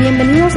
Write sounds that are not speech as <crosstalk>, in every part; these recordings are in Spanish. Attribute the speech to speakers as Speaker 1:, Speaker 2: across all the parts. Speaker 1: Bienvenidos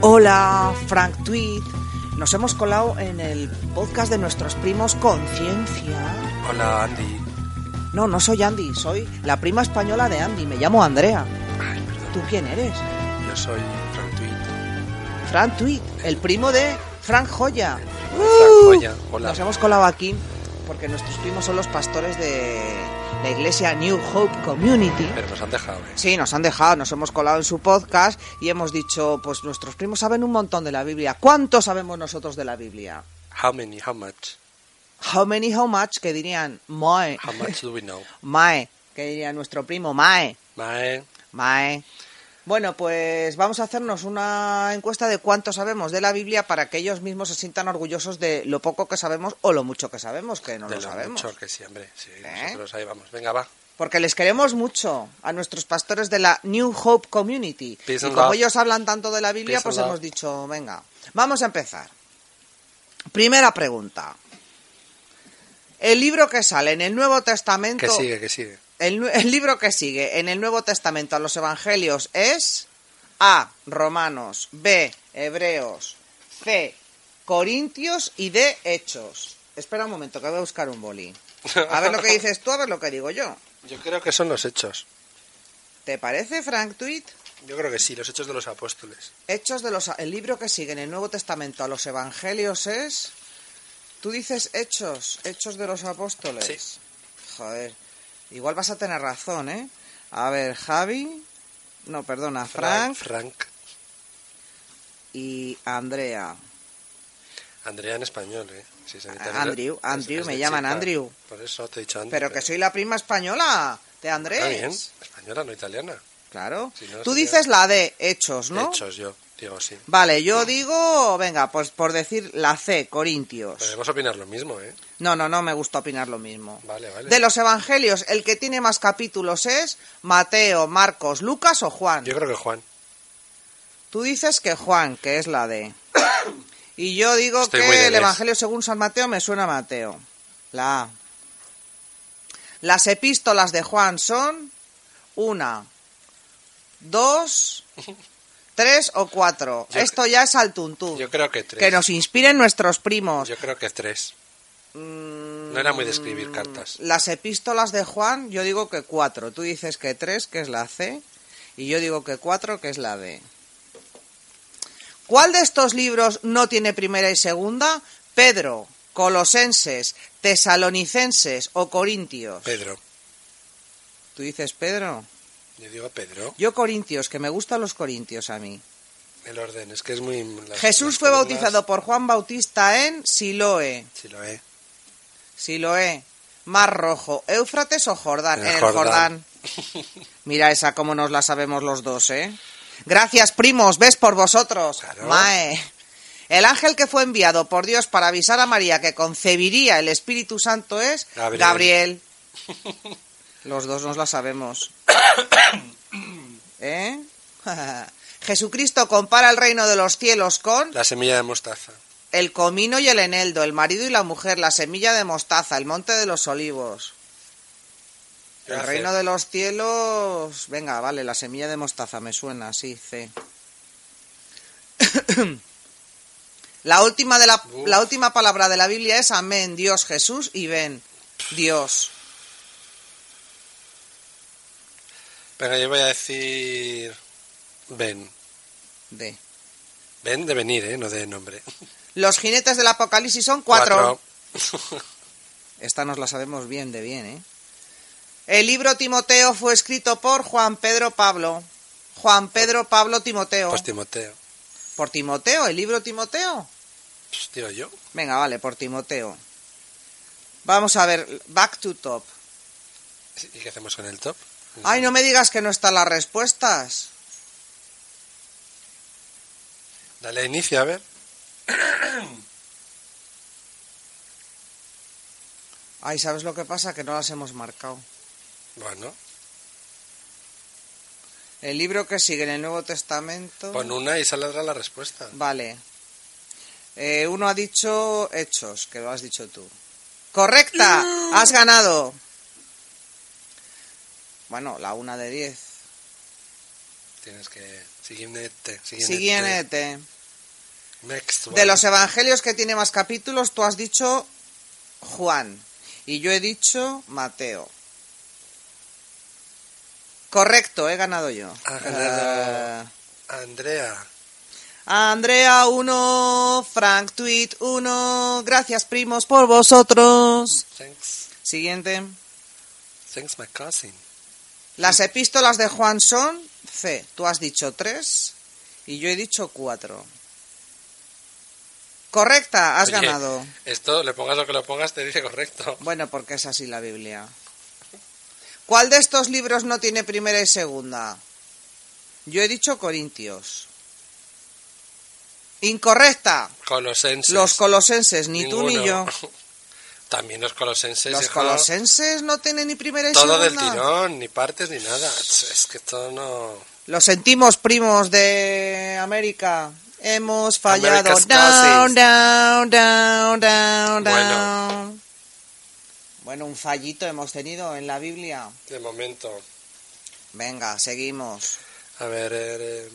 Speaker 2: Hola, Frank Tweet. Nos hemos colado en el podcast de nuestros primos Conciencia.
Speaker 3: Hola Andy.
Speaker 2: No, no soy Andy, soy la prima española de Andy. Me llamo Andrea.
Speaker 3: Ay, perdón.
Speaker 2: ¿Tú quién eres?
Speaker 3: Yo soy Frank Tweet.
Speaker 2: Frank Tweet, el primo de Frank Joya.
Speaker 3: Frank Joya.
Speaker 2: Uh.
Speaker 3: Hola.
Speaker 2: Nos hemos colado aquí porque nuestros primos son los pastores de la iglesia New Hope Community.
Speaker 3: Pero nos han dejado, ¿eh?
Speaker 2: Sí, nos han dejado, nos hemos colado en su podcast y hemos dicho, pues nuestros primos saben un montón de la Biblia. ¿Cuánto sabemos nosotros de la Biblia?
Speaker 3: How many, how much?
Speaker 2: How many, how much, que dirían Mae,
Speaker 3: How much do we know?
Speaker 2: <laughs> Mae, que diría nuestro primo Mae,
Speaker 3: Mae.
Speaker 2: Mae. Bueno, pues vamos a hacernos una encuesta de cuánto sabemos de la Biblia para que ellos mismos se sientan orgullosos de lo poco que sabemos o lo mucho que sabemos, que no
Speaker 3: de
Speaker 2: lo
Speaker 3: los
Speaker 2: sabemos. ¿Eh?
Speaker 3: muchos que sí, hombre. Sí, nosotros ahí vamos. Venga, va.
Speaker 2: Porque les queremos mucho a nuestros pastores de la New Hope Community.
Speaker 3: Peace
Speaker 2: y
Speaker 3: and
Speaker 2: como
Speaker 3: love.
Speaker 2: ellos hablan tanto de la Biblia,
Speaker 3: Peace
Speaker 2: pues
Speaker 3: and
Speaker 2: hemos
Speaker 3: love.
Speaker 2: dicho, venga, vamos a empezar. Primera pregunta. El libro que sale en el Nuevo Testamento,
Speaker 3: Que sigue, que sigue.
Speaker 2: el, nue- el libro que sigue en el Nuevo Testamento a los Evangelios es A. Romanos, B. Hebreos, C. Corintios y D. Hechos. Espera un momento, que voy a buscar un boli. A ver lo que dices tú, a ver lo que digo yo.
Speaker 3: Yo creo que son los hechos.
Speaker 2: ¿Te parece, Frank Tweet?
Speaker 3: Yo creo que sí, los hechos de los apóstoles.
Speaker 2: Hechos de los... El libro que sigue en el Nuevo Testamento a los Evangelios es... Tú dices Hechos, Hechos de los Apóstoles.
Speaker 3: Sí.
Speaker 2: Joder, igual vas a tener razón, ¿eh? A ver, Javi... No, perdona, Frank,
Speaker 3: Frank.
Speaker 2: y Andrea.
Speaker 3: Andrea en español, ¿eh? Sí, se necesita-
Speaker 2: Ah, Andrew,
Speaker 3: es-
Speaker 2: Andrew,
Speaker 3: es
Speaker 2: me
Speaker 3: de
Speaker 2: llaman
Speaker 3: chica.
Speaker 2: Andrew.
Speaker 3: Por eso te he dicho Andy.
Speaker 2: Pero que soy la prima española de
Speaker 3: Ah, bien.
Speaker 2: Andrés.
Speaker 3: Española, no italiana.
Speaker 2: Claro.
Speaker 3: Si no,
Speaker 2: Tú
Speaker 3: sería-
Speaker 2: dices la de Hechos, ¿no?
Speaker 3: Hechos, yo. Digo, sí.
Speaker 2: Vale, yo digo, venga, pues por decir la C, Corintios.
Speaker 3: Podemos opinar lo mismo, ¿eh?
Speaker 2: No, no, no me gusta opinar lo mismo.
Speaker 3: Vale, vale.
Speaker 2: De los evangelios, el que tiene más capítulos es Mateo, Marcos, Lucas o Juan.
Speaker 3: Yo creo que Juan.
Speaker 2: Tú dices que Juan, que es la
Speaker 3: <coughs>
Speaker 2: D. Y yo digo
Speaker 3: Estoy muy
Speaker 2: que
Speaker 3: de
Speaker 2: el
Speaker 3: des.
Speaker 2: Evangelio según San Mateo me suena a Mateo. La A. Las epístolas de Juan son una,
Speaker 3: <laughs>
Speaker 2: dos, tres o cuatro.
Speaker 3: Yo-
Speaker 2: Esto ya es al tuntún.
Speaker 3: Yo creo que tres.
Speaker 2: Que nos inspiren nuestros primos.
Speaker 3: Yo creo que tres.
Speaker 2: Mm,
Speaker 3: No era muy de escribir cartas.
Speaker 2: Las epístolas de Juan, yo digo que cuatro. Tú dices que tres, que es la C, y yo digo que cuatro, que es la D. ¿Cuál de estos libros no tiene primera y segunda? Pedro, Colosenses, Tesalonicenses o Corintios.
Speaker 3: Pedro.
Speaker 2: ¿Tú dices Pedro?
Speaker 3: Yo digo Pedro.
Speaker 2: Yo Corintios, que me gustan los Corintios a mí.
Speaker 3: El orden. Es que es muy... las-
Speaker 2: Jesús
Speaker 3: las
Speaker 2: fue
Speaker 3: columnas-
Speaker 2: bautizado por Juan Bautista en Siloe.
Speaker 3: Sí, lo es.
Speaker 2: Siloé, Mar Rojo, Éufrates o Jordán.
Speaker 3: El
Speaker 2: En el
Speaker 3: Jordán.
Speaker 2: Jordán. Mira esa como nos la sabemos los dos, ¿eh? Gracias, primos, ves por vosotros.
Speaker 3: Claro.
Speaker 2: Mae. El ángel que fue enviado por Dios para avisar a María que concebiría el Espíritu Santo es
Speaker 3: Gabriel.
Speaker 2: Gabriel. Los dos nos la sabemos. ¿Eh? <laughs> Jesucristo compara el reino de los cielos con
Speaker 3: La semilla de mostaza.
Speaker 2: el comino y el eneldo, el marido y la mujer, la semilla de mostaza, el monte de los olivos. El
Speaker 3: Gracias.
Speaker 2: reino de los cielos. Venga, vale, la semilla de mostaza me suena, sí, C. <coughs> la, última de la,
Speaker 3: Uf.
Speaker 2: la última palabra de la Biblia es Amén, Dios, Jesús y ven, Dios.
Speaker 3: Venga, yo voy a decir... Ven.
Speaker 2: D.
Speaker 3: Ven de venir, ¿eh? No de nombre.
Speaker 2: Los jinetes del Apocalipsis son cuatro.
Speaker 3: Cuatro.
Speaker 2: Esta nos la sabemos bien de bien, ¿eh? El libro Timoteo fue escrito por Juan Pedro Pablo. Juan Pedro Pablo Timoteo.
Speaker 3: Pues Timoteo.
Speaker 2: ¿Por Timoteo? ¿El libro Timoteo?
Speaker 3: Pues, digo yo.
Speaker 2: Venga, vale, por Timoteo. Vamos a ver, back to top.
Speaker 3: ¿Y qué hacemos con el top?
Speaker 2: Ay, no me digas que no están las respuestas.
Speaker 3: Dale a inicio, a ver.
Speaker 2: Ay, ¿sabes lo que pasa? Que no las hemos marcado.
Speaker 3: Bueno,
Speaker 2: El libro que sigue en el Nuevo Testamento.
Speaker 3: pon una y saldrá la respuesta.
Speaker 2: Vale. Eh, uno ha dicho hechos, que lo has dicho tú. Correcta, has ganado. Bueno, la una de diez.
Speaker 3: Tienes que... Siguiente. Siguiente.
Speaker 2: Siguiente.
Speaker 3: Next one.
Speaker 2: De los evangelios que tiene más capítulos, tú has dicho Juan y yo he dicho Mateo. Correcto, he ganado yo.
Speaker 3: Has ganado.
Speaker 2: Eh,
Speaker 3: Andrea.
Speaker 2: Andrea 1, Frank Tweet 1, gracias primos por vosotros.
Speaker 3: Thanks.
Speaker 2: Siguiente.
Speaker 3: Thanks, my cousin.
Speaker 2: Las epístolas de Juan son C. Tú has dicho tres y yo he dicho cuatro. Correcta, has
Speaker 3: Oye,
Speaker 2: ganado.
Speaker 3: Esto, le pongas lo que lo pongas, te dice correcto.
Speaker 2: Bueno, porque es así la Biblia. ¿Cuál de estos libros no tiene primera y segunda? Yo he dicho Corintios. Incorrecta.
Speaker 3: Colosenses.
Speaker 2: Los colosenses, ni tú ni yo.
Speaker 3: Ninguno. <laughs> También los colosenses.
Speaker 2: Los
Speaker 3: hijo.
Speaker 2: colosenses no tienen ni primera y
Speaker 3: Todo del
Speaker 2: segunda.
Speaker 3: tirón, ni partes ni nada. Es que todo no...
Speaker 2: Lo sentimos, primos de América. Hemos fallado.
Speaker 3: America's
Speaker 2: Down,
Speaker 3: cousins.
Speaker 2: down, down, down,
Speaker 3: Bueno.
Speaker 2: down. Bueno, un fallito hemos tenido en la Biblia.
Speaker 3: De momento.
Speaker 2: Venga, seguimos.
Speaker 3: A ver, eh, eh,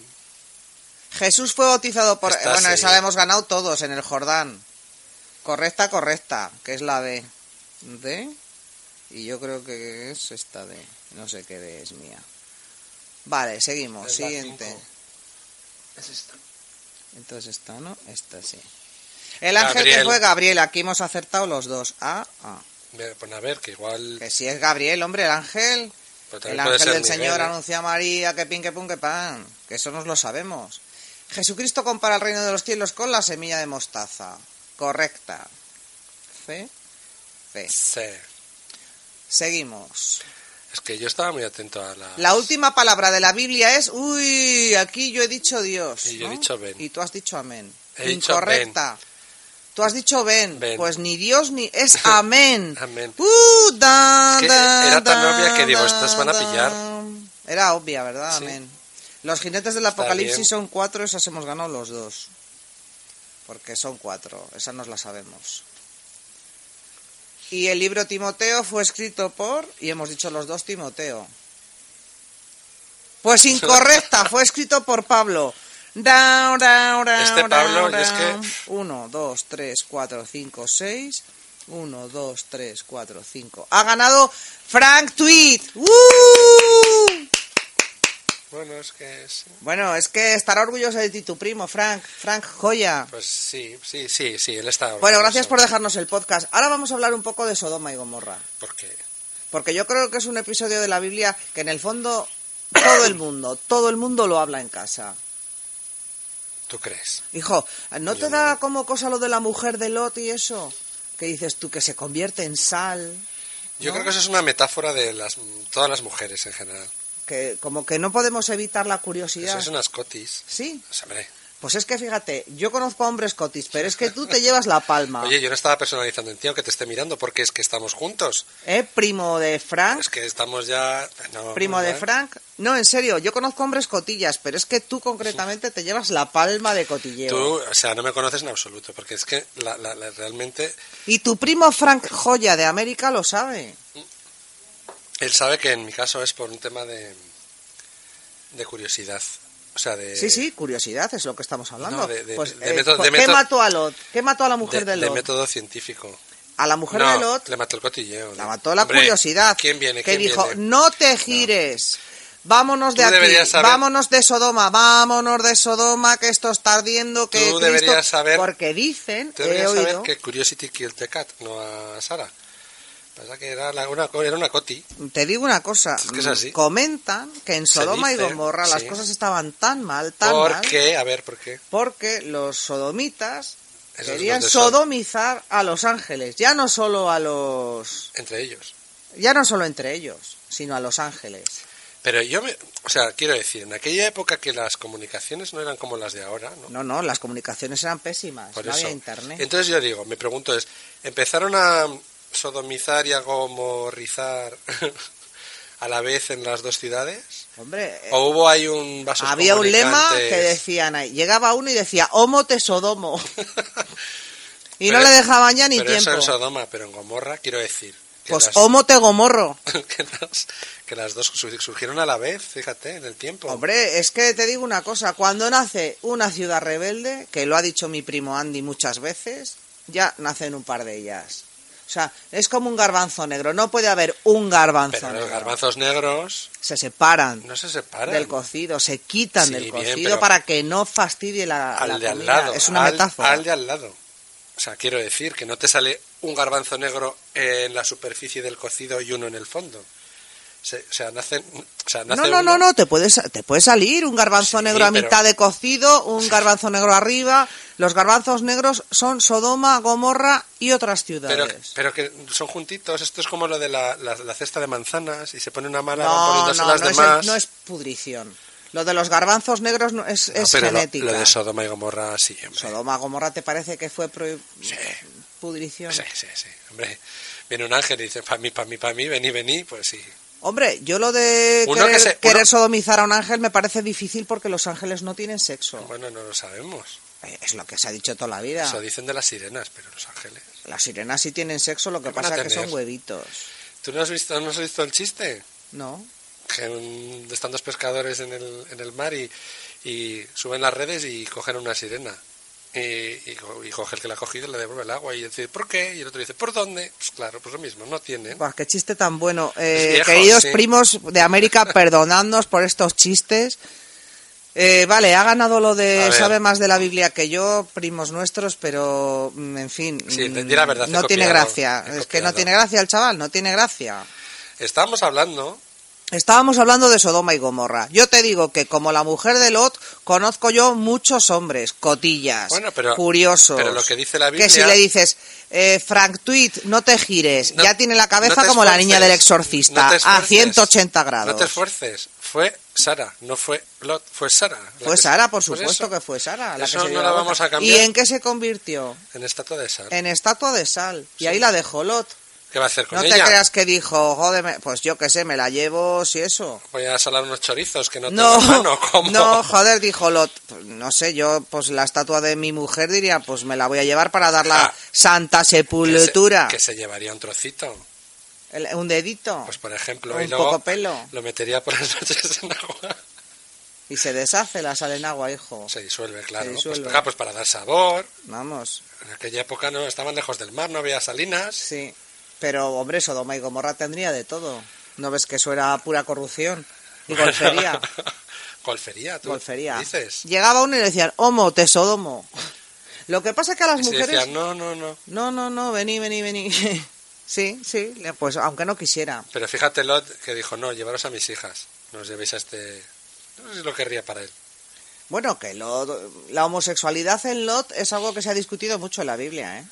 Speaker 2: Jesús fue bautizado por...
Speaker 3: Esta
Speaker 2: bueno,
Speaker 3: sí.
Speaker 2: esa la hemos ganado todos en el Jordán. Correcta, correcta, que es la D. D. Y yo creo que es esta D. No sé qué D es mía. Vale, seguimos.
Speaker 3: Es la
Speaker 2: Siguiente.
Speaker 3: cinco. es esta.
Speaker 2: Entonces esta, ¿no? Esta sí. El ángel
Speaker 3: Gabriel.
Speaker 2: que fue Gabriel, aquí hemos acertado los dos. Ah, ah.
Speaker 3: Ve- Pon a ver, que igual...
Speaker 2: Que si es Gabriel, hombre, el ángel.
Speaker 3: pero también
Speaker 2: El
Speaker 3: puede
Speaker 2: ángel
Speaker 3: ser
Speaker 2: del
Speaker 3: Miguel,
Speaker 2: Señor
Speaker 3: ¿eh?
Speaker 2: anuncia a María que pin, que pum, que pan. Que eso nos lo sabemos. Jesucristo compara el reino de los cielos con la semilla de mostaza. Correcta. C. C.
Speaker 3: Sí.
Speaker 2: Seguimos.
Speaker 3: Es que yo estaba muy atento a la...
Speaker 2: La última palabra de la Biblia es, uy, aquí yo he dicho Dios.
Speaker 3: Y yo he
Speaker 2: ¿no?
Speaker 3: dicho ben.
Speaker 2: Y tú has dicho amén.
Speaker 3: He dicho
Speaker 2: Incorrecta. Tú has dicho ben.
Speaker 3: Ben.
Speaker 2: Pues ni Dios ni...
Speaker 3: <laughs>
Speaker 2: Es amén.
Speaker 3: Amén.
Speaker 2: Uh, da,
Speaker 3: Es que
Speaker 2: da,
Speaker 3: era tan
Speaker 2: da,
Speaker 3: obvia que digo,
Speaker 2: da,
Speaker 3: estas van a
Speaker 2: da.
Speaker 3: pillar.
Speaker 2: Era obvia, ¿verdad?
Speaker 3: Sí.
Speaker 2: Amén. Los jinetes del
Speaker 3: Está bien.
Speaker 2: apocalipsis son cuatro, esas hemos ganado los dos. Porque son cuatro, esas nos las sabemos. Y el libro Timoteo fue escrito por, y hemos dicho los dos Timoteo. Pues incorrecta, fue escrito por Pablo. Down, down, down,
Speaker 3: Este Pablo,
Speaker 2: down,
Speaker 3: es que-
Speaker 2: down. Uno, dos, tres, cuatro, cinco, seis. Uno, dos, tres, cuatro, cinco. Ha ganado Frank Tweet. ¡Uh!
Speaker 3: Bueno, es que sí.
Speaker 2: Bueno, es que estará orgulloso de ti tu primo, Frank. Frank Joya.
Speaker 3: Pues sí, sí, sí, sí, él está...
Speaker 2: Bueno, gracias por
Speaker 3: orgulloso.
Speaker 2: dejarnos el podcast. Ahora vamos a hablar un poco de Sodoma y Gomorra.
Speaker 3: Porque
Speaker 2: Porque yo creo que es un episodio de la Biblia que en el fondo todo el mundo, todo el mundo lo habla en casa.
Speaker 3: tú crees.
Speaker 2: Hijo, ¿no te da como cosa lo de la mujer de Lot y eso? Que dices tú que se convierte en sal,
Speaker 3: Yo creo que eso es una metáfora de las, todas las mujeres en general.
Speaker 2: que como que no podemos evitar la
Speaker 3: Eso
Speaker 2: curiosidad.
Speaker 3: es unas cotis.
Speaker 2: Sí,
Speaker 3: Pues, hombre.
Speaker 2: pues es que fíjate, yo conozco a hombres cotis, pero es que tú te llevas la palma.
Speaker 3: <laughs> Oye, yo no estaba personalizando en ti, aunque te esté mirando, porque es que estamos juntos.
Speaker 2: ¿Eh? Primo de Frank.
Speaker 3: Es que estamos ya... no,
Speaker 2: Ah.
Speaker 3: ¿eh?
Speaker 2: Primo
Speaker 3: no,
Speaker 2: de
Speaker 3: no.
Speaker 2: Frank. No, en serio, yo conozco hombres cotillas, pero es que tú concretamente te llevas la palma de cotilleo.
Speaker 3: Tú, o sea, no me conoces en absoluto, porque es que la- la- la- realmente
Speaker 2: Y tu primo Frank Joya de América lo sabe.
Speaker 3: él sabe que en mi caso es por un tema de, de curiosidad. O sea, de...
Speaker 2: Sí, sí, curiosidad es lo que estamos hablando.
Speaker 3: Eh, No, de- de-
Speaker 2: Pues,
Speaker 3: de
Speaker 2: eh,
Speaker 3: método-
Speaker 2: ¿por
Speaker 3: de
Speaker 2: ¿Qué
Speaker 3: método-
Speaker 2: mató a Lot? ¿Qué mató a la mujer
Speaker 3: de-
Speaker 2: de,
Speaker 3: de
Speaker 2: Lot?
Speaker 3: método científico.
Speaker 2: A la mujer
Speaker 3: No,
Speaker 2: de Lot
Speaker 3: le mató el cotilleo.
Speaker 2: la mató la
Speaker 3: Hombre,
Speaker 2: curiosidad.
Speaker 3: ¿Quién viene?
Speaker 2: Que
Speaker 3: ¿Quién
Speaker 2: dijo,
Speaker 3: viene?
Speaker 2: no te gires. Vámonos de
Speaker 3: Tú
Speaker 2: aquí,
Speaker 3: deberías saber-
Speaker 2: vámonos de Sodoma, vámonos de Sodoma, que esto está ardiendo, que
Speaker 3: Tú
Speaker 2: Cristo-".
Speaker 3: deberías saber-
Speaker 2: Porque dicen,
Speaker 3: Tú
Speaker 2: "Mm, he
Speaker 3: deberías saber
Speaker 2: oído,
Speaker 3: que Curiosity killed the cat, no a Sara. Pasa que era, la- una, era una coti.
Speaker 2: te digo una cosa,
Speaker 3: Es que es así.
Speaker 2: comentan que en
Speaker 3: Se
Speaker 2: Sodoma
Speaker 3: dice,
Speaker 2: y Gomorra las
Speaker 3: sí.
Speaker 2: cosas estaban tan mal, tan
Speaker 3: ¿Por
Speaker 2: mal,
Speaker 3: qué? A ver, ¿por qué?
Speaker 2: porque los sodomitas
Speaker 3: Esos
Speaker 2: querían
Speaker 3: los de Sodoma.
Speaker 2: sodomizar a los ángeles, ya no solo a los,
Speaker 3: Entre ellos.
Speaker 2: ya no solo entre ellos, sino a los ángeles.
Speaker 3: Pero yo, me- o sea, quiero decir, en aquella época que las comunicaciones no eran como las de ahora, ¿no?
Speaker 2: No, no, las comunicaciones eran pésimas,
Speaker 3: Por
Speaker 2: Pues no
Speaker 3: eso.
Speaker 2: había internet.
Speaker 3: Entonces yo digo, me pregunto es, ¿empezaron a sodomizar y a gomorizar <laughs> a la vez en las dos ciudades?
Speaker 2: Hombre, eh,
Speaker 3: ¿O hubo ahí un vaso
Speaker 2: había un lema que decían ahí, llegaba uno y decía, homo te
Speaker 3: <laughs>
Speaker 2: sodomo, y no le dejaban ya ni
Speaker 3: pero
Speaker 2: tiempo.
Speaker 3: Eso en Sodoma, pero en Gomorra quiero decir. que
Speaker 2: Pues
Speaker 3: las-
Speaker 2: homo te gomorro.
Speaker 3: <laughs> que, las, que las dos sur- surgieron a la vez, fíjate, en el tiempo.
Speaker 2: Hombre, es que te digo una cosa, cuando nace una ciudad rebelde, que lo ha dicho mi primo Andy muchas veces, ya nacen un par de ellas. O sea, es como un garbanzo negro, no puede haber un garbanzo
Speaker 3: pero
Speaker 2: negro.
Speaker 3: los garbanzos negros
Speaker 2: Se separan
Speaker 3: no se separan.
Speaker 2: del cocido, se quitan
Speaker 3: Sí,
Speaker 2: del
Speaker 3: bien,
Speaker 2: cocido
Speaker 3: pero-
Speaker 2: para que no fastidie la,
Speaker 3: al
Speaker 2: la
Speaker 3: de al
Speaker 2: comida.
Speaker 3: lado.
Speaker 2: es una
Speaker 3: al,
Speaker 2: metáfora.
Speaker 3: Al de al lado. O sea, quiero decir que no te sale un garbanzo negro en la superficie del cocido y uno en el fondo. Se- o sea, nacen. O sea, nace
Speaker 2: No, no, no,
Speaker 3: uno-
Speaker 2: no, te puede, sa- te puede salir un garbanzo
Speaker 3: Sí,
Speaker 2: negro a
Speaker 3: pero-
Speaker 2: mitad de cocido, un
Speaker 3: <laughs>
Speaker 2: garbanzo negro arriba. Los garbanzos negros son Sodoma, Gomorra y otras
Speaker 3: Pero,
Speaker 2: ciudades.
Speaker 3: pero que son juntitos. Esto es como lo de la, la- la cesta de manzanas y se pone una mala van
Speaker 2: no, no,
Speaker 3: poniéndose las
Speaker 2: no es,
Speaker 3: demás.
Speaker 2: no es pudrición. Lo de los garbanzos negros no- es,
Speaker 3: No,
Speaker 2: es
Speaker 3: pero lo-
Speaker 2: genética.
Speaker 3: Lo, de Sodoma y Gomorra sí, hombre. Eh,
Speaker 2: Sodoma, Gomorra, ¿te parece que fue pro- pudrición?
Speaker 3: Sí, sí, sí. Hombre, viene un ángel y dice, pa' mí, pa' mí, pa' mí, vení, vení. Pues sí.
Speaker 2: Hombre, yo lo de
Speaker 3: Uno
Speaker 2: querer,
Speaker 3: que se-
Speaker 2: querer
Speaker 3: uno-
Speaker 2: sodomizar a un ángel me parece difícil porque los ángeles no tienen sexo.
Speaker 3: Bueno, no lo sabemos.
Speaker 2: Eh, Es lo que se ha dicho toda la vida.
Speaker 3: Eso dicen de las sirenas, pero los ángeles.
Speaker 2: Las sirenas sí tienen sexo, lo que
Speaker 3: ¿Qué van a
Speaker 2: pasa es que son
Speaker 3: tener?
Speaker 2: huevitos.
Speaker 3: ¿Tú no has visto, no has visto el chiste?
Speaker 2: ¿No?
Speaker 3: que un- están dos pescadores en el, en el mar y, y suben las redes y cogen una sirena. Y, y, co- y coge el que la ha cogido y le devuelve el agua. Y dice, ¿por qué? Y el otro dice, ¿por dónde? Pues claro, pues lo mismo, no tienen.
Speaker 2: Buah, qué chiste tan bueno. Eh,
Speaker 3: viejo,
Speaker 2: queridos
Speaker 3: sí.
Speaker 2: primos de
Speaker 3: <laughs>
Speaker 2: América, perdonadnos por estos chistes. Eh, vale, ha ganado lo
Speaker 3: A
Speaker 2: de
Speaker 3: ver.
Speaker 2: sabe más de la Biblia que yo, primos nuestros, pero mm, en fin,
Speaker 3: Sí, te-
Speaker 2: mm,
Speaker 3: di la verdad, te he
Speaker 2: no tiene
Speaker 3: copiado,
Speaker 2: gracia.
Speaker 3: te he
Speaker 2: Es que no
Speaker 3: copiado.
Speaker 2: tiene gracia el chaval, no tiene gracia.
Speaker 3: Estábamos hablando
Speaker 2: Estábamos hablando de Sodoma y Gomorra. Yo te digo que como la mujer de Lot, conozco yo muchos hombres, cotillas,
Speaker 3: Bueno, pero-
Speaker 2: curiosos.
Speaker 3: pero lo que dice la Biblia-
Speaker 2: Que si le dices, eh, Frank Tweet, no te gires,
Speaker 3: No-
Speaker 2: ya tiene la cabeza
Speaker 3: no te
Speaker 2: como la
Speaker 3: esfuerces,
Speaker 2: niña del
Speaker 3: no
Speaker 2: exorcista,
Speaker 3: te
Speaker 2: a
Speaker 3: esfuerces,
Speaker 2: 180 grados.
Speaker 3: No te esfuerces. Fue Sara, no fue Lot, fue Sara. la
Speaker 2: fue
Speaker 3: que-
Speaker 2: Sara, por
Speaker 3: Pues
Speaker 2: supuesto
Speaker 3: eso.
Speaker 2: que fue Sara. La que
Speaker 3: eso
Speaker 2: se dio
Speaker 3: no la
Speaker 2: vuelta.
Speaker 3: vamos a
Speaker 2: ¿Y
Speaker 3: cambiar.
Speaker 2: en qué se convirtió?
Speaker 3: En estatua de Sara.
Speaker 2: En estatua de sal. Y ahí la dejó Lot.
Speaker 3: ¿Qué va a hacer con
Speaker 2: No
Speaker 3: ella?
Speaker 2: te creas que dijo, jódeme, pues yo qué sé, me la llevo si eso.
Speaker 3: Voy a salar unos chorizos que no,
Speaker 2: No,
Speaker 3: tengo mano. ¿Cómo?
Speaker 2: no, joder, dijo Lot. No sé, yo, pues la estatua de mi mujer diría, pues me la voy a llevar para dar la
Speaker 3: Ah.
Speaker 2: santa
Speaker 3: que, se,
Speaker 2: sepultura.
Speaker 3: que se llevaría un trocito.
Speaker 2: El- un dedito.
Speaker 3: Pues por ejemplo.
Speaker 2: Un
Speaker 3: y luego
Speaker 2: poco pelo.
Speaker 3: Lo metería por las <laughs> noches en agua.
Speaker 2: Y se deshace la sal en agua, hijo.
Speaker 3: Se disuelve, claro.
Speaker 2: Se
Speaker 3: Pues,
Speaker 2: disuelve.
Speaker 3: ah, pues para dar sabor.
Speaker 2: Vamos,
Speaker 3: En aquella época no estaban lejos del mar, no había salinas.
Speaker 2: sí. Pero, hombre, Sodoma y Gomorra tendría de todo. ¿No ves que eso era pura corrupción? Y golfería.
Speaker 3: golfería, <laughs> tú
Speaker 2: golfería.
Speaker 3: dices.
Speaker 2: Llegaba uno y le decían, homo, te sodomo. Lo que pasa es que a las
Speaker 3: Y se
Speaker 2: mujeres...
Speaker 3: decía, no, no, no.
Speaker 2: No, no, no, vení, vení, vení. <laughs> sí, sí, le- pues aunque no quisiera.
Speaker 3: Pero fíjate Lot que dijo, no, llevaros a mis hijas. No os llevéis a este... No sé si lo querría para él.
Speaker 2: Bueno, que Lot- la homosexualidad en Lot es algo que se ha discutido mucho en la Biblia, ¿eh?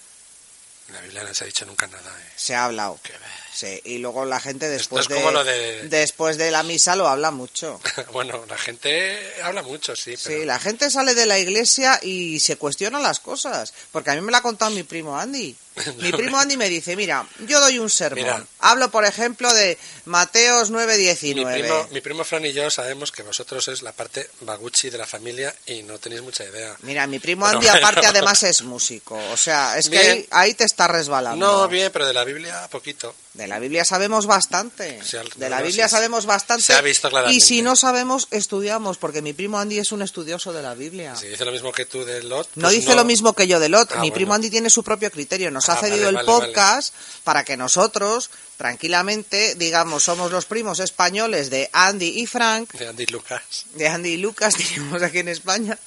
Speaker 3: En la Biblia no se ha dicho nunca nada. ¿eh? <laughs>
Speaker 2: Se ha hablado.
Speaker 3: Qué
Speaker 2: Sí, y luego la gente después
Speaker 3: Esto es
Speaker 2: de,
Speaker 3: como lo de-
Speaker 2: después de la misa lo habla mucho.
Speaker 3: bueno, la gente habla mucho, sí, pero...
Speaker 2: Sí, la gente sale de la iglesia y se cuestiona las cosas, porque a mí me la ha contado mi primo
Speaker 3: <laughs>
Speaker 2: Andy. Mi primo Andy me dice, mira, yo doy un sermón.
Speaker 3: Mira.
Speaker 2: Hablo, por ejemplo, de Mateos
Speaker 3: Mi
Speaker 2: 9:19.
Speaker 3: primo, mi primo Fran y yo sabemos que vosotros sois la parte baguchi de la familia y no tenéis mucha idea.
Speaker 2: Mira, mi primo
Speaker 3: Pero
Speaker 2: Andy
Speaker 3: bueno.
Speaker 2: aparte además es músico, o sea, es que
Speaker 3: Bien.
Speaker 2: ahí, ahí te está resbalando.
Speaker 3: No, bien, pero de la Biblia poquito.
Speaker 2: De la Biblia sabemos bastante.
Speaker 3: Sí, al-
Speaker 2: de
Speaker 3: no,
Speaker 2: la
Speaker 3: no,
Speaker 2: Biblia
Speaker 3: sí, sí.
Speaker 2: sabemos bastante.
Speaker 3: Se ha visto claramente.
Speaker 2: Y si no sabemos, estudiamos, porque mi primo Andy es un estudioso de la Biblia.
Speaker 3: Si dice lo mismo que tú de Lot...
Speaker 2: No
Speaker 3: pues
Speaker 2: dice lo mismo que yo de Lot.
Speaker 3: Ah,
Speaker 2: mi
Speaker 3: bueno.
Speaker 2: primo Andy tiene su propio criterio. Nos
Speaker 3: Ah,
Speaker 2: ha cedido
Speaker 3: vale,
Speaker 2: el
Speaker 3: vale,
Speaker 2: podcast para que nosotros, tranquilamente, digamos, somos los primos españoles de Andy y Frank,
Speaker 3: De Andy Lucas.
Speaker 2: de Andy y Lucas, <laughs> tenemos aquí en España.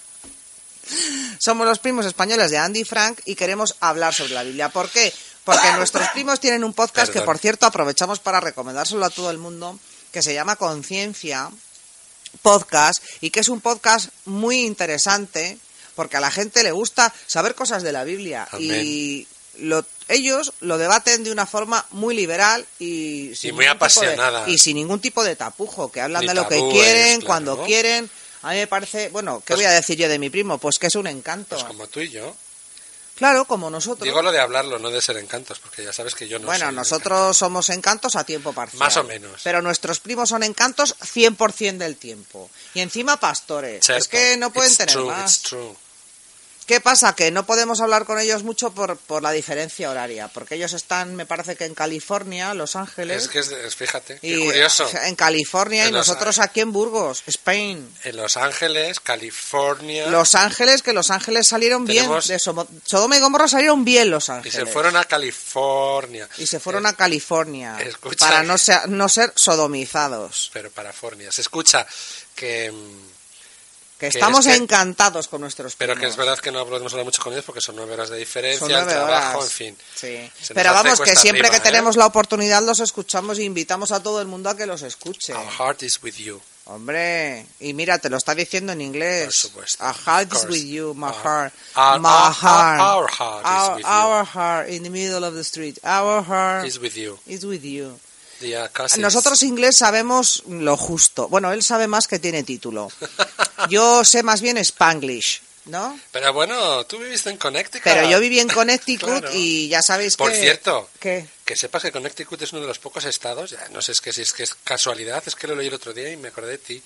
Speaker 2: Somos los primos españoles de Andy y Frank y queremos hablar sobre la Biblia. ¿Por qué?
Speaker 3: <laughs>
Speaker 2: Porque nuestros primos tienen un podcast que,
Speaker 3: Perdón.
Speaker 2: por cierto, aprovechamos para recomendárselo a todo el mundo, que se llama Conciencia Podcast y que es un podcast muy interesante porque a la gente le gusta saber cosas de la Biblia y lo- ellos lo debaten de una forma muy liberal y, sin
Speaker 3: Y
Speaker 2: ningún tipo
Speaker 3: muy
Speaker 2: de-
Speaker 3: apasionada.
Speaker 2: y sin ningún tipo de tapujo, que hablan
Speaker 3: Ni
Speaker 2: de lo que
Speaker 3: tabúes,
Speaker 2: quieren,
Speaker 3: claro.
Speaker 2: cuando quieren. A mí me parece, bueno, ¿qué
Speaker 3: Pues-
Speaker 2: voy a decir yo de mi primo? Pues que es un encanto.
Speaker 3: Pues como tú y yo.
Speaker 2: Claro, como nosotros.
Speaker 3: Digo lo de hablarlo, no de ser encantos, porque ya sabes que yo no
Speaker 2: bueno,
Speaker 3: soy
Speaker 2: nosotros somos encantos a tiempo parcial.
Speaker 3: Más o menos.
Speaker 2: Pero nuestros primos son encantos 100% del tiempo. Y encima pastores.
Speaker 3: Cierto.
Speaker 2: Es que no pueden
Speaker 3: It's
Speaker 2: tener
Speaker 3: true,
Speaker 2: más.
Speaker 3: it's true.
Speaker 2: ¿Qué pasa? Que no podemos hablar con ellos mucho por, por la diferencia horaria. Porque ellos están, me parece que en California, Los Ángeles.
Speaker 3: Es que, es, es- fíjate, qué
Speaker 2: y, eh,
Speaker 3: curioso.
Speaker 2: En California y
Speaker 3: En Los
Speaker 2: nosotros aquí en Burgos, Spain.
Speaker 3: En Los Ángeles, California,
Speaker 2: Los Ángeles, que Los Ángeles salieron
Speaker 3: Tenemos-
Speaker 2: bien. De Somo- Sodoma y Gomorra salieron bien Los
Speaker 3: y
Speaker 2: Ángeles.
Speaker 3: se fueron a California.
Speaker 2: Y se fueron a California.
Speaker 3: Escucha.
Speaker 2: Para no ser, no ser sodomizados.
Speaker 3: Pero para Fornia. Se escucha que... mm,
Speaker 2: Que
Speaker 3: Que
Speaker 2: estamos
Speaker 3: es que-
Speaker 2: encantados con nuestros
Speaker 3: Pero que
Speaker 2: primos.
Speaker 3: es verdad que no podemos hablar mucho con ellos porque son nueve horas de diferencia,
Speaker 2: Son
Speaker 3: el
Speaker 2: nueve
Speaker 3: trabajo,
Speaker 2: horas.
Speaker 3: en fin.
Speaker 2: Sí.
Speaker 3: Se nos
Speaker 2: Pero
Speaker 3: hace
Speaker 2: vamos, que
Speaker 3: cuesta
Speaker 2: siempre
Speaker 3: arriba,
Speaker 2: que
Speaker 3: ¿eh?
Speaker 2: tenemos la oportunidad los escuchamos y invitamos a todo el mundo a que los escuche.
Speaker 3: Our heart is with you.
Speaker 2: Hombre, y mira, te lo está diciendo en inglés.
Speaker 3: Por supuesto.
Speaker 2: A heart
Speaker 3: Of
Speaker 2: is
Speaker 3: course.
Speaker 2: with you, my
Speaker 3: Our-
Speaker 2: heart.
Speaker 3: our-
Speaker 2: my
Speaker 3: our-
Speaker 2: heart.
Speaker 3: our heart is
Speaker 2: Our-
Speaker 3: with you.
Speaker 2: our heart in the middle of the street. Our heart
Speaker 3: Is with you.
Speaker 2: is with you.
Speaker 3: Dear cousins.
Speaker 2: Ah. Nosotros inglés sabemos lo justo. Bueno, él sabe más que tiene título. Yo sé más bien Spanglish, ¿no?
Speaker 3: Pero bueno, tú viviste en Connecticut.
Speaker 2: Pero yo viví en Connecticut
Speaker 3: <laughs> Claro.
Speaker 2: y ya sabéis
Speaker 3: Por
Speaker 2: que...
Speaker 3: cierto,
Speaker 2: ¿Qué?
Speaker 3: que sepas que Connecticut es uno de los pocos estados, ya no sé es que, si es que es casualidad, es que lo leí el otro día y me acordé de ti.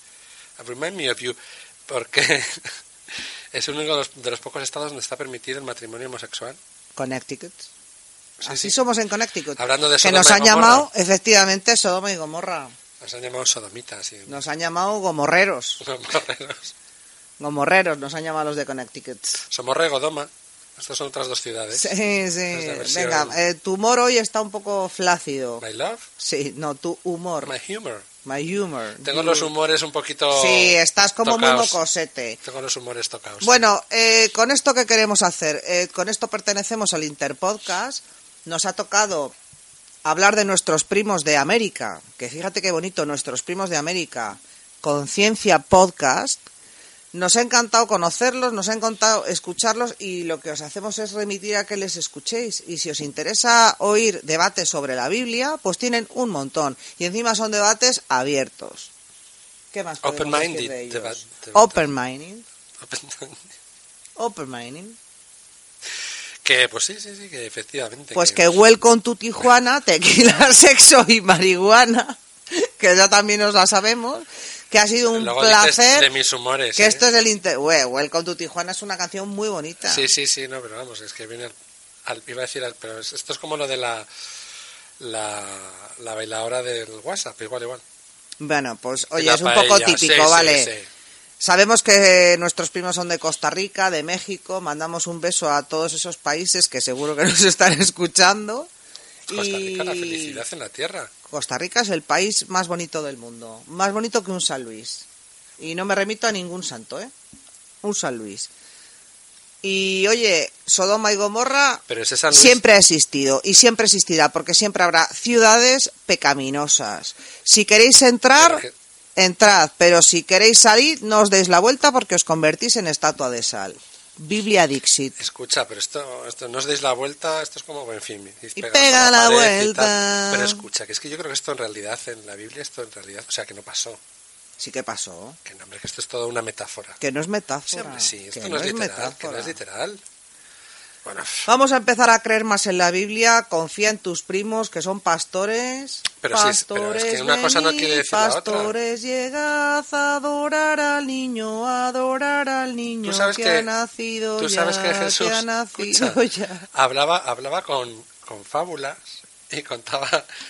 Speaker 3: Remind me of you, porque <laughs> es uno de los, de los pocos estados donde está permitido el matrimonio homosexual.
Speaker 2: Connecticut.
Speaker 3: Sí,
Speaker 2: Así
Speaker 3: sí.
Speaker 2: somos en Connecticut.
Speaker 3: Hablando de
Speaker 2: que
Speaker 3: Sodoma
Speaker 2: nos
Speaker 3: y
Speaker 2: han
Speaker 3: Gomorra.
Speaker 2: llamado, efectivamente, Sodoma y Gomorra.
Speaker 3: Nos han llamado sodomitas. Y... <laughs>
Speaker 2: Nos han llamado gomorreros.
Speaker 3: Somos
Speaker 2: Gomorreros nos han llamado los de Connecticut.
Speaker 3: Somorra y Godoma. Estas son otras dos ciudades.
Speaker 2: Sí,
Speaker 3: Es la
Speaker 2: sí.
Speaker 3: versión-
Speaker 2: Venga, eh, tu humor hoy está un poco flácido.
Speaker 3: My love,
Speaker 2: Sí, no, tu humor.
Speaker 3: my humor.
Speaker 2: My humor.
Speaker 3: Tengo
Speaker 2: You-
Speaker 3: los humores un poquito.
Speaker 2: Mm. Sí, estás como muy
Speaker 3: tocaos.
Speaker 2: mocosete.
Speaker 3: Tengo los humores tocados.
Speaker 2: Bueno, eh, con esto que queremos hacer, Eh, con esto pertenecemos al Interpodcast. Nos ha tocado hablar de nuestros primos de América, que fíjate qué bonito, nuestros primos de América, Conciencia Podcast. Nos ha encantado conocerlos, nos ha encantado escucharlos y lo que os hacemos es remitir a que les escuchéis. Y si os interesa oír debates sobre la Biblia, pues tienen un montón. Y encima son debates abiertos. ¿Qué más? podemos
Speaker 3: Open-minded
Speaker 2: decir de ellos?
Speaker 3: deba- debate.
Speaker 2: Open-minded. Open-minded.
Speaker 3: <laughs> que pues sí, sí, sí, que efectivamente.
Speaker 2: Pues que welcome to Tijuana, tequila, <laughs> sexo y marihuana, que ya también nos la sabemos, que ha sido un
Speaker 3: Luego dices
Speaker 2: placer.
Speaker 3: de mis humores,
Speaker 2: Que
Speaker 3: ¿eh?
Speaker 2: esto es el inter... Güey, welcome to Tijuana es una canción muy bonita.
Speaker 3: Sí, sí, sí, no, pero vamos, es que viene al, al- iba a decir al- pero es- esto es como lo de la la, la bailadora del WhatsApp, igual, igual.
Speaker 2: Bueno, pues oye,
Speaker 3: La
Speaker 2: es un poco
Speaker 3: paella, sí,
Speaker 2: típico,
Speaker 3: sí,
Speaker 2: ¿vale?
Speaker 3: sí.
Speaker 2: Sabemos que nuestros primos son de Costa Rica, de México, mandamos un beso a todos esos países que seguro que nos <laughs> están escuchando.
Speaker 3: Costa Rica, la
Speaker 2: Y-
Speaker 3: felicidad en la tierra.
Speaker 2: Costa Rica es el país más bonito del mundo, más bonito que un San Luis. Y no me remito a ningún santo, ¿eh? Un San Luis. Y oye, Sodoma y Gomorra
Speaker 3: Pero ese Este San Luis-
Speaker 2: siempre ha existido y siempre existirá, porque siempre habrá ciudades pecaminosas. Si queréis entrar,
Speaker 3: Pero
Speaker 2: entrad, pero si queréis salir, no os deis la vuelta porque os convertís en estatua de sal. Biblia Dixit.
Speaker 3: Escucha, pero esto, esto no os deis la vuelta, esto es como en fin.
Speaker 2: Y pega la vuelta.
Speaker 3: Pero escucha, que es que yo creo que esto en realidad, en la Biblia, esto en realidad, o sea, que no pasó.
Speaker 2: Sí que pasó,
Speaker 3: Que no, hombre, que esto es toda una metáfora.
Speaker 2: que no es
Speaker 3: Sí,
Speaker 2: metáfora.
Speaker 3: hombre, sí, esto
Speaker 2: que
Speaker 3: no es literal,
Speaker 2: metáfora.
Speaker 3: que no es literal. Bueno, pff,
Speaker 2: Vamos a empezar a creer más en la Biblia, confía en tus primos que son pastores.
Speaker 3: Pero sí, es-
Speaker 2: pastores,
Speaker 3: pero es que una cosa no
Speaker 2: venid,
Speaker 3: quiere decir la otra.
Speaker 2: Pastores, llegad a adorar al niño, a adorar al niño
Speaker 3: tú sabes
Speaker 2: que,
Speaker 3: que,
Speaker 2: ha nacido
Speaker 3: tú
Speaker 2: ya,
Speaker 3: sabes que Jesús
Speaker 2: ha nacido
Speaker 3: escucha,
Speaker 2: ya.
Speaker 3: hablaba, hablaba con, con fábulas y contaba,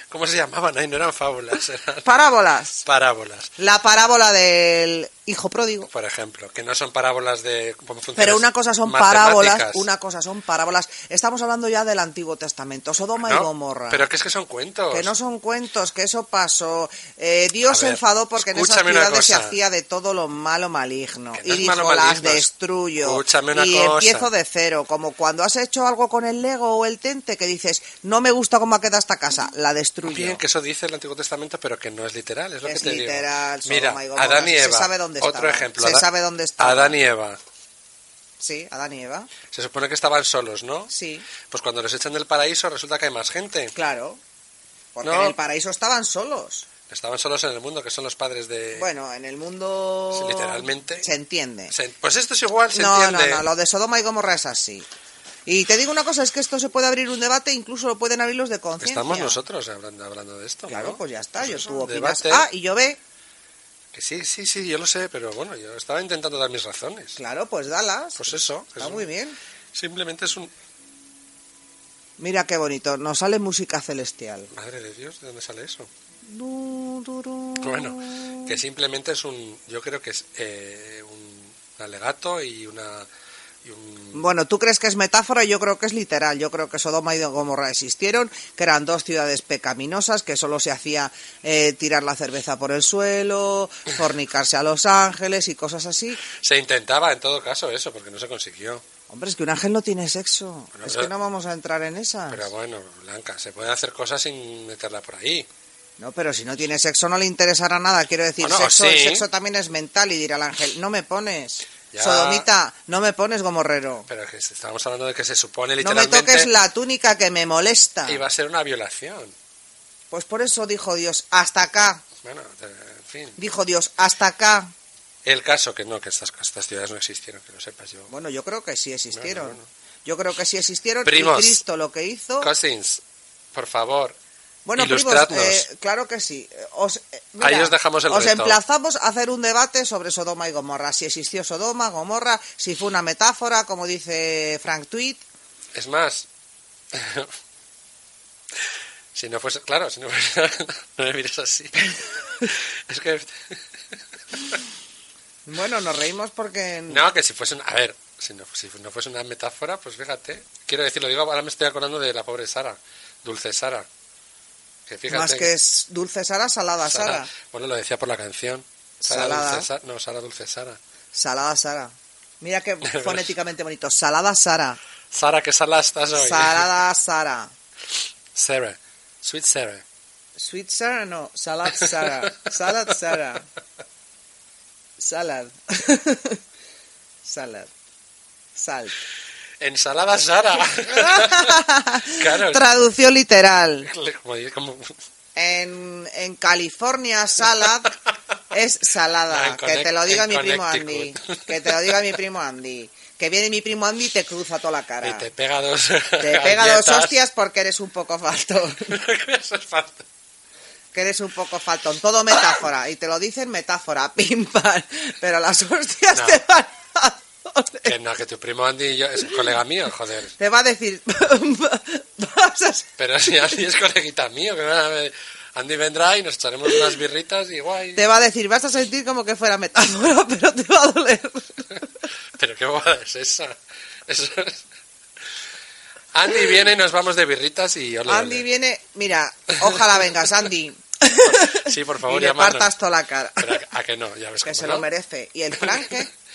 Speaker 3: ¿cómo se llamaban? Ahí no eran fábulas, <laughs> eran
Speaker 2: Parábolas.
Speaker 3: parábolas.
Speaker 2: La parábola del hijo pródigo.
Speaker 3: por ejemplo, que no son parábolas de cómo funcionan
Speaker 2: Pero
Speaker 3: las
Speaker 2: una cosa son
Speaker 3: matemáticas.
Speaker 2: parábolas, una cosa son parábolas. Estamos hablando ya del Antiguo Testamento, Sodoma
Speaker 3: No,
Speaker 2: y Gomorra.
Speaker 3: Pero que es que son cuentos.
Speaker 2: Que no son cuentos, que eso pasó. Eh, Dios
Speaker 3: A
Speaker 2: se
Speaker 3: ver,
Speaker 2: enfadó porque en esas
Speaker 3: escúchame una
Speaker 2: ciudades se
Speaker 3: cosa.
Speaker 2: hacía de todo lo malo maligno.
Speaker 3: Que no
Speaker 2: y
Speaker 3: es
Speaker 2: dijo,
Speaker 3: malo
Speaker 2: las
Speaker 3: maligno,
Speaker 2: destruyo.
Speaker 3: escúchame una
Speaker 2: y
Speaker 3: cosa.
Speaker 2: empiezo de cero. Como cuando has hecho algo con el Lego o el Tente que dices, no me gusta cómo ha quedado esta casa, la destruyo.
Speaker 3: Bien, que eso dice el Antiguo Testamento, pero que no es literal, es lo
Speaker 2: Es
Speaker 3: que te
Speaker 2: literal,
Speaker 3: digo.
Speaker 2: Sodoma
Speaker 3: Mira,
Speaker 2: y Gomorra,
Speaker 3: Adán y
Speaker 2: se
Speaker 3: Eva.
Speaker 2: sabe dónde
Speaker 3: otro
Speaker 2: estaban,
Speaker 3: ejemplo.
Speaker 2: se
Speaker 3: Adán-
Speaker 2: sabe dónde estaban.
Speaker 3: Adán y Eva.
Speaker 2: Sí, Adán y Eva.
Speaker 3: Se supone que estaban solos, ¿no?
Speaker 2: Sí,
Speaker 3: Pues cuando los echan del paraíso resulta que hay más gente.
Speaker 2: claro. Porque
Speaker 3: No.
Speaker 2: en el paraíso estaban solos.
Speaker 3: Estaban solos en el mundo, que son los padres de...
Speaker 2: Bueno, en el mundo.
Speaker 3: Sí, literalmente.
Speaker 2: Se entiende.
Speaker 3: Se- Pues esto es igual, se
Speaker 2: no,
Speaker 3: entiende.
Speaker 2: no, no, lo de Sodoma y Gomorra es así. Y te digo una cosa, es que esto se puede abrir un debate, incluso lo pueden abrir los de conciencia.
Speaker 3: Estamos nosotros hablando, hablando de esto.
Speaker 2: Claro,
Speaker 3: ¿no?
Speaker 2: pues ya está,
Speaker 3: Pues
Speaker 2: yo
Speaker 3: eso,
Speaker 2: tú opinas
Speaker 3: debate.
Speaker 2: A y yo B.
Speaker 3: Que sí, sí, sí, yo lo sé, pero bueno, yo estaba intentando dar mis razones.
Speaker 2: Claro, pues dalas.
Speaker 3: Pues eso.
Speaker 2: está
Speaker 3: es un-
Speaker 2: muy bien.
Speaker 3: Simplemente es un...
Speaker 2: Mira qué bonito, nos sale música celestial.
Speaker 3: Madre de Dios, ¿de dónde sale eso? Bueno, que simplemente es un... Yo creo que es eh, un alegato y una... y un-
Speaker 2: Bueno, tú crees que es metáfora, yo creo que es literal. Yo creo que Sodoma y Gomorra existieron, que eran dos ciudades pecaminosas, que solo se hacía eh, tirar la cerveza por el suelo, fornicarse a los ángeles y cosas así.
Speaker 3: Se intentaba en todo caso eso, porque no se consiguió.
Speaker 2: Hombre, es que un ángel no tiene sexo.
Speaker 3: Bueno,
Speaker 2: es
Speaker 3: pero-
Speaker 2: que no vamos a entrar en esas.
Speaker 3: Pero bueno, Blanca, se pueden hacer cosas sin meterla por ahí.
Speaker 2: No, pero si no tiene sexo no le interesará nada. Quiero decir,
Speaker 3: Bueno,
Speaker 2: sexo, el
Speaker 3: sí.
Speaker 2: sexo también es mental y dirá el ángel, no me pones.
Speaker 3: Ya.
Speaker 2: Sodomita, no me pones gomorrero.
Speaker 3: Pero que estábamos hablando de que se supone
Speaker 2: No me
Speaker 3: literalmente...
Speaker 2: toques la túnica que me molesta.
Speaker 3: Iba a ser una violación.
Speaker 2: Pues por eso dijo Dios, hasta acá.
Speaker 3: Bueno, te- en fin.
Speaker 2: Dijo Dios, hasta acá.
Speaker 3: El caso que no, que estas, estas ciudades no existieron, que lo sepas yo.
Speaker 2: Bueno, yo creo que sí existieron.
Speaker 3: Bueno, bueno.
Speaker 2: Yo creo que sí existieron.
Speaker 3: Primos.
Speaker 2: Y Cristo lo que hizo...
Speaker 3: Cousins, por favor,
Speaker 2: Bueno, primos,
Speaker 3: ilustradnos.
Speaker 2: eh, claro que sí. Os, eh, mira,
Speaker 3: Ahí os dejamos el
Speaker 2: os
Speaker 3: reto.
Speaker 2: emplazamos a hacer un debate sobre Sodoma y Gomorra. Si existió Sodoma, Gomorra, si fue una metáfora, como dice Frank Tweet.
Speaker 3: Es más, <laughs> si no fuese, claro, si no fuese, <laughs> no me mires así. es que,
Speaker 2: Bueno, nos reímos porque...
Speaker 3: no, que si fuese, una- a ver, si no, si no fuese una metáfora, pues fíjate, quiero decir, lo digo, ahora me estoy acordando de la pobre Sara, dulce Sara. Que fíjate,
Speaker 2: Más que es dulce Sara, salada Sara.
Speaker 3: Bueno, lo decía por la canción. Sara
Speaker 2: Salada.
Speaker 3: Dulce Sara, no, Sara Dulce Sara.
Speaker 2: Salada Sara. Mira
Speaker 3: <laughs>
Speaker 2: qué fonéticamente bonito. Salada Sara.
Speaker 3: Sara, que sala estás hoy.
Speaker 2: Salada Sara.
Speaker 3: Sara. Sweet Sarah.
Speaker 2: Sweet Sarah, no. Salad Sarah. Salad Sarah. Salad. <laughs> Salad. Salt. <laughs>
Speaker 3: Ensalada Sara. claro.
Speaker 2: Traducción literal.
Speaker 3: como dice- como-
Speaker 2: En, en California, salad es salada.
Speaker 3: Ah, en
Speaker 2: que te lo
Speaker 3: Connect-
Speaker 2: diga
Speaker 3: en
Speaker 2: mi primo Andy.
Speaker 3: Connecticut.
Speaker 2: Que te lo diga mi primo Andy. Que viene mi primo Andy y te cruza toda la cara.
Speaker 3: y te pega dos. <laughs>
Speaker 2: Te pega dos
Speaker 3: galletas. <laughs>
Speaker 2: hostias porque eres un poco faltón.
Speaker 3: Eso es falta.
Speaker 2: <laughs> Que eres un poco faltón. Todo metáfora. Y te lo dicen metáfora, <laughs> pim, pam. Pero las hostias
Speaker 3: No.
Speaker 2: te van a...
Speaker 3: Que no, que tu primo Andy y yo es colega mío, joder.
Speaker 2: Te va a decir... <laughs> Vas a ser-
Speaker 3: Pero si Andy es coleguita mío, que van a ver- Andy vendrá y nos echaremos unas birritas y guay.
Speaker 2: Te va a decir, vas a sentir como que fuera metáfora, <laughs> pero te va a doler.
Speaker 3: Pero qué bobada es esa. Eso es- Andy viene y nos vamos de birritas y ole,
Speaker 2: Andy
Speaker 3: ole.
Speaker 2: viene... Mira, ojalá vengas, Andy.
Speaker 3: Sí, por favor,
Speaker 2: y le
Speaker 3: llámanos.
Speaker 2: partas toda la cara.
Speaker 3: Pero a, a que no, ya
Speaker 2: <laughs>
Speaker 3: ves
Speaker 2: que
Speaker 3: cómo
Speaker 2: se
Speaker 3: no.
Speaker 2: lo merece. ¿Y el Fran qué? El
Speaker 3: <laughs>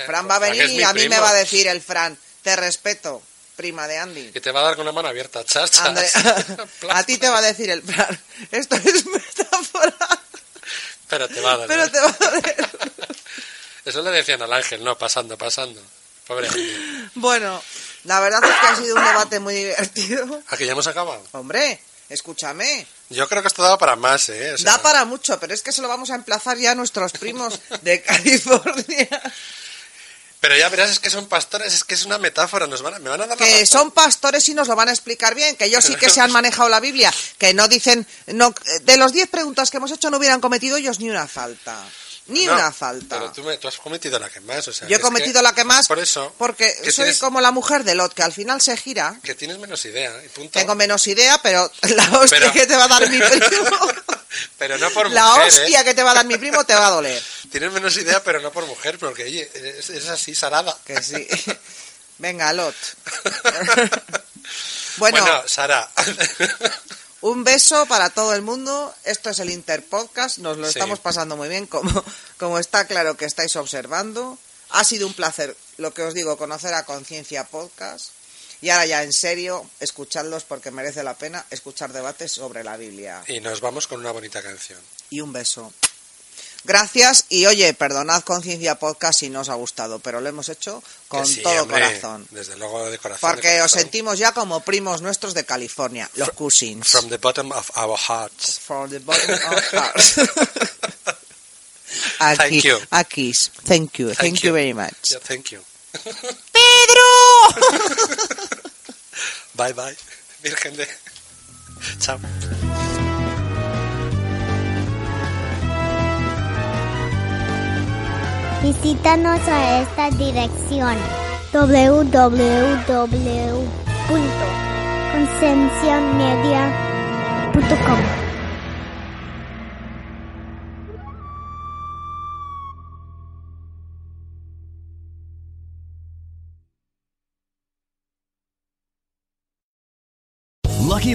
Speaker 3: Eh,
Speaker 2: Fran va a
Speaker 3: Fran
Speaker 2: venir
Speaker 3: es mi
Speaker 2: y a mí me
Speaker 3: primo.
Speaker 2: va a decir el Fran, te respeto, prima de
Speaker 3: <laughs>
Speaker 2: Andy.
Speaker 3: Que te va a dar con la mano abierta, chas, chas.
Speaker 2: André- <laughs>
Speaker 3: Plas.
Speaker 2: a ti te va a decir el Fran, <laughs> esto es metáfora,
Speaker 3: <laughs> Pero te va a dar. ¿eh?
Speaker 2: pero te va a doler.
Speaker 3: Eso le decían al ángel, no, pasando, pasando.
Speaker 2: <laughs>
Speaker 3: Pobre Andy.
Speaker 2: <laughs> Bueno, la verdad es que ha sido un debate muy divertido. <laughs>
Speaker 3: ¿A que ya hemos acabado?
Speaker 2: Hombre, escúchame,
Speaker 3: Yo creo que esto daba para más, ¿eh? O sea,
Speaker 2: da para mucho, pero es que se lo vamos a emplazar ya a nuestros primos de <laughs> California,
Speaker 3: Pero ya verás, es que son pastores, es que es una metáfora, nos van a- me van a dar la
Speaker 2: que
Speaker 3: razón.
Speaker 2: son pastores y nos lo van a explicar bien, que ellos sí que se han manejado la Biblia, que no dicen, no, de los 10 preguntas que hemos hecho no hubieran cometido ellos ni una falta, ni
Speaker 3: No,
Speaker 2: una falta.
Speaker 3: Pero tú, me- tú has cometido la que más, o sea.
Speaker 2: Yo he
Speaker 3: es
Speaker 2: cometido
Speaker 3: que-
Speaker 2: la que más
Speaker 3: Por eso.
Speaker 2: porque
Speaker 3: que
Speaker 2: soy
Speaker 3: tienes-
Speaker 2: como la mujer de Lot, que al final se gira.
Speaker 3: Que tienes menos idea, y punto.
Speaker 2: Tengo menos idea, pero la hostia
Speaker 3: Pero-
Speaker 2: que te va a dar mi primo.
Speaker 3: <laughs> Pero no <laughs> por
Speaker 2: la
Speaker 3: mujer, ¿eh?
Speaker 2: hostia que te va a dar mi primo te va a doler.
Speaker 3: Tienes menos idea, pero no por mujer, porque oye, es, es así, Sarada.
Speaker 2: Que
Speaker 3: <laughs>
Speaker 2: sí. <laughs> Venga, Lot. Bueno,
Speaker 3: bueno Sara. <laughs>
Speaker 2: un beso para todo el mundo. Esto es el Interpodcast. Nos lo
Speaker 3: Sí.
Speaker 2: estamos pasando muy bien, como, como está claro que estáis observando. Ha sido un placer, lo que os digo, conocer a Conciencia Podcast. Y ahora ya en serio, escuchadlos porque merece la pena escuchar debates sobre la Biblia.
Speaker 3: y nos vamos con una bonita canción.
Speaker 2: y un beso. Gracias y oye, perdonad Conciencia Podcast si no os ha gustado, pero lo hemos hecho
Speaker 3: Que
Speaker 2: con
Speaker 3: sí,
Speaker 2: todo
Speaker 3: hombre,
Speaker 2: corazón.
Speaker 3: Desde luego de corazón. de
Speaker 2: Porque os
Speaker 3: corazón.
Speaker 2: sentimos ya como primos nuestros de California, los cousins.
Speaker 3: From the bottom of our hearts.
Speaker 2: From the bottom of hearts. A
Speaker 3: <laughs> Thank
Speaker 2: kiss-
Speaker 3: you.
Speaker 2: a kiss. Thank you. Thank, you.
Speaker 3: you.
Speaker 2: very much.
Speaker 3: Yeah, thank you. <laughs>
Speaker 2: ¡Pedro!
Speaker 3: Bye bye. Virgen de. Chao.
Speaker 4: Visítanos a esta dirección www.concienciamedia.com
Speaker 5: Lucky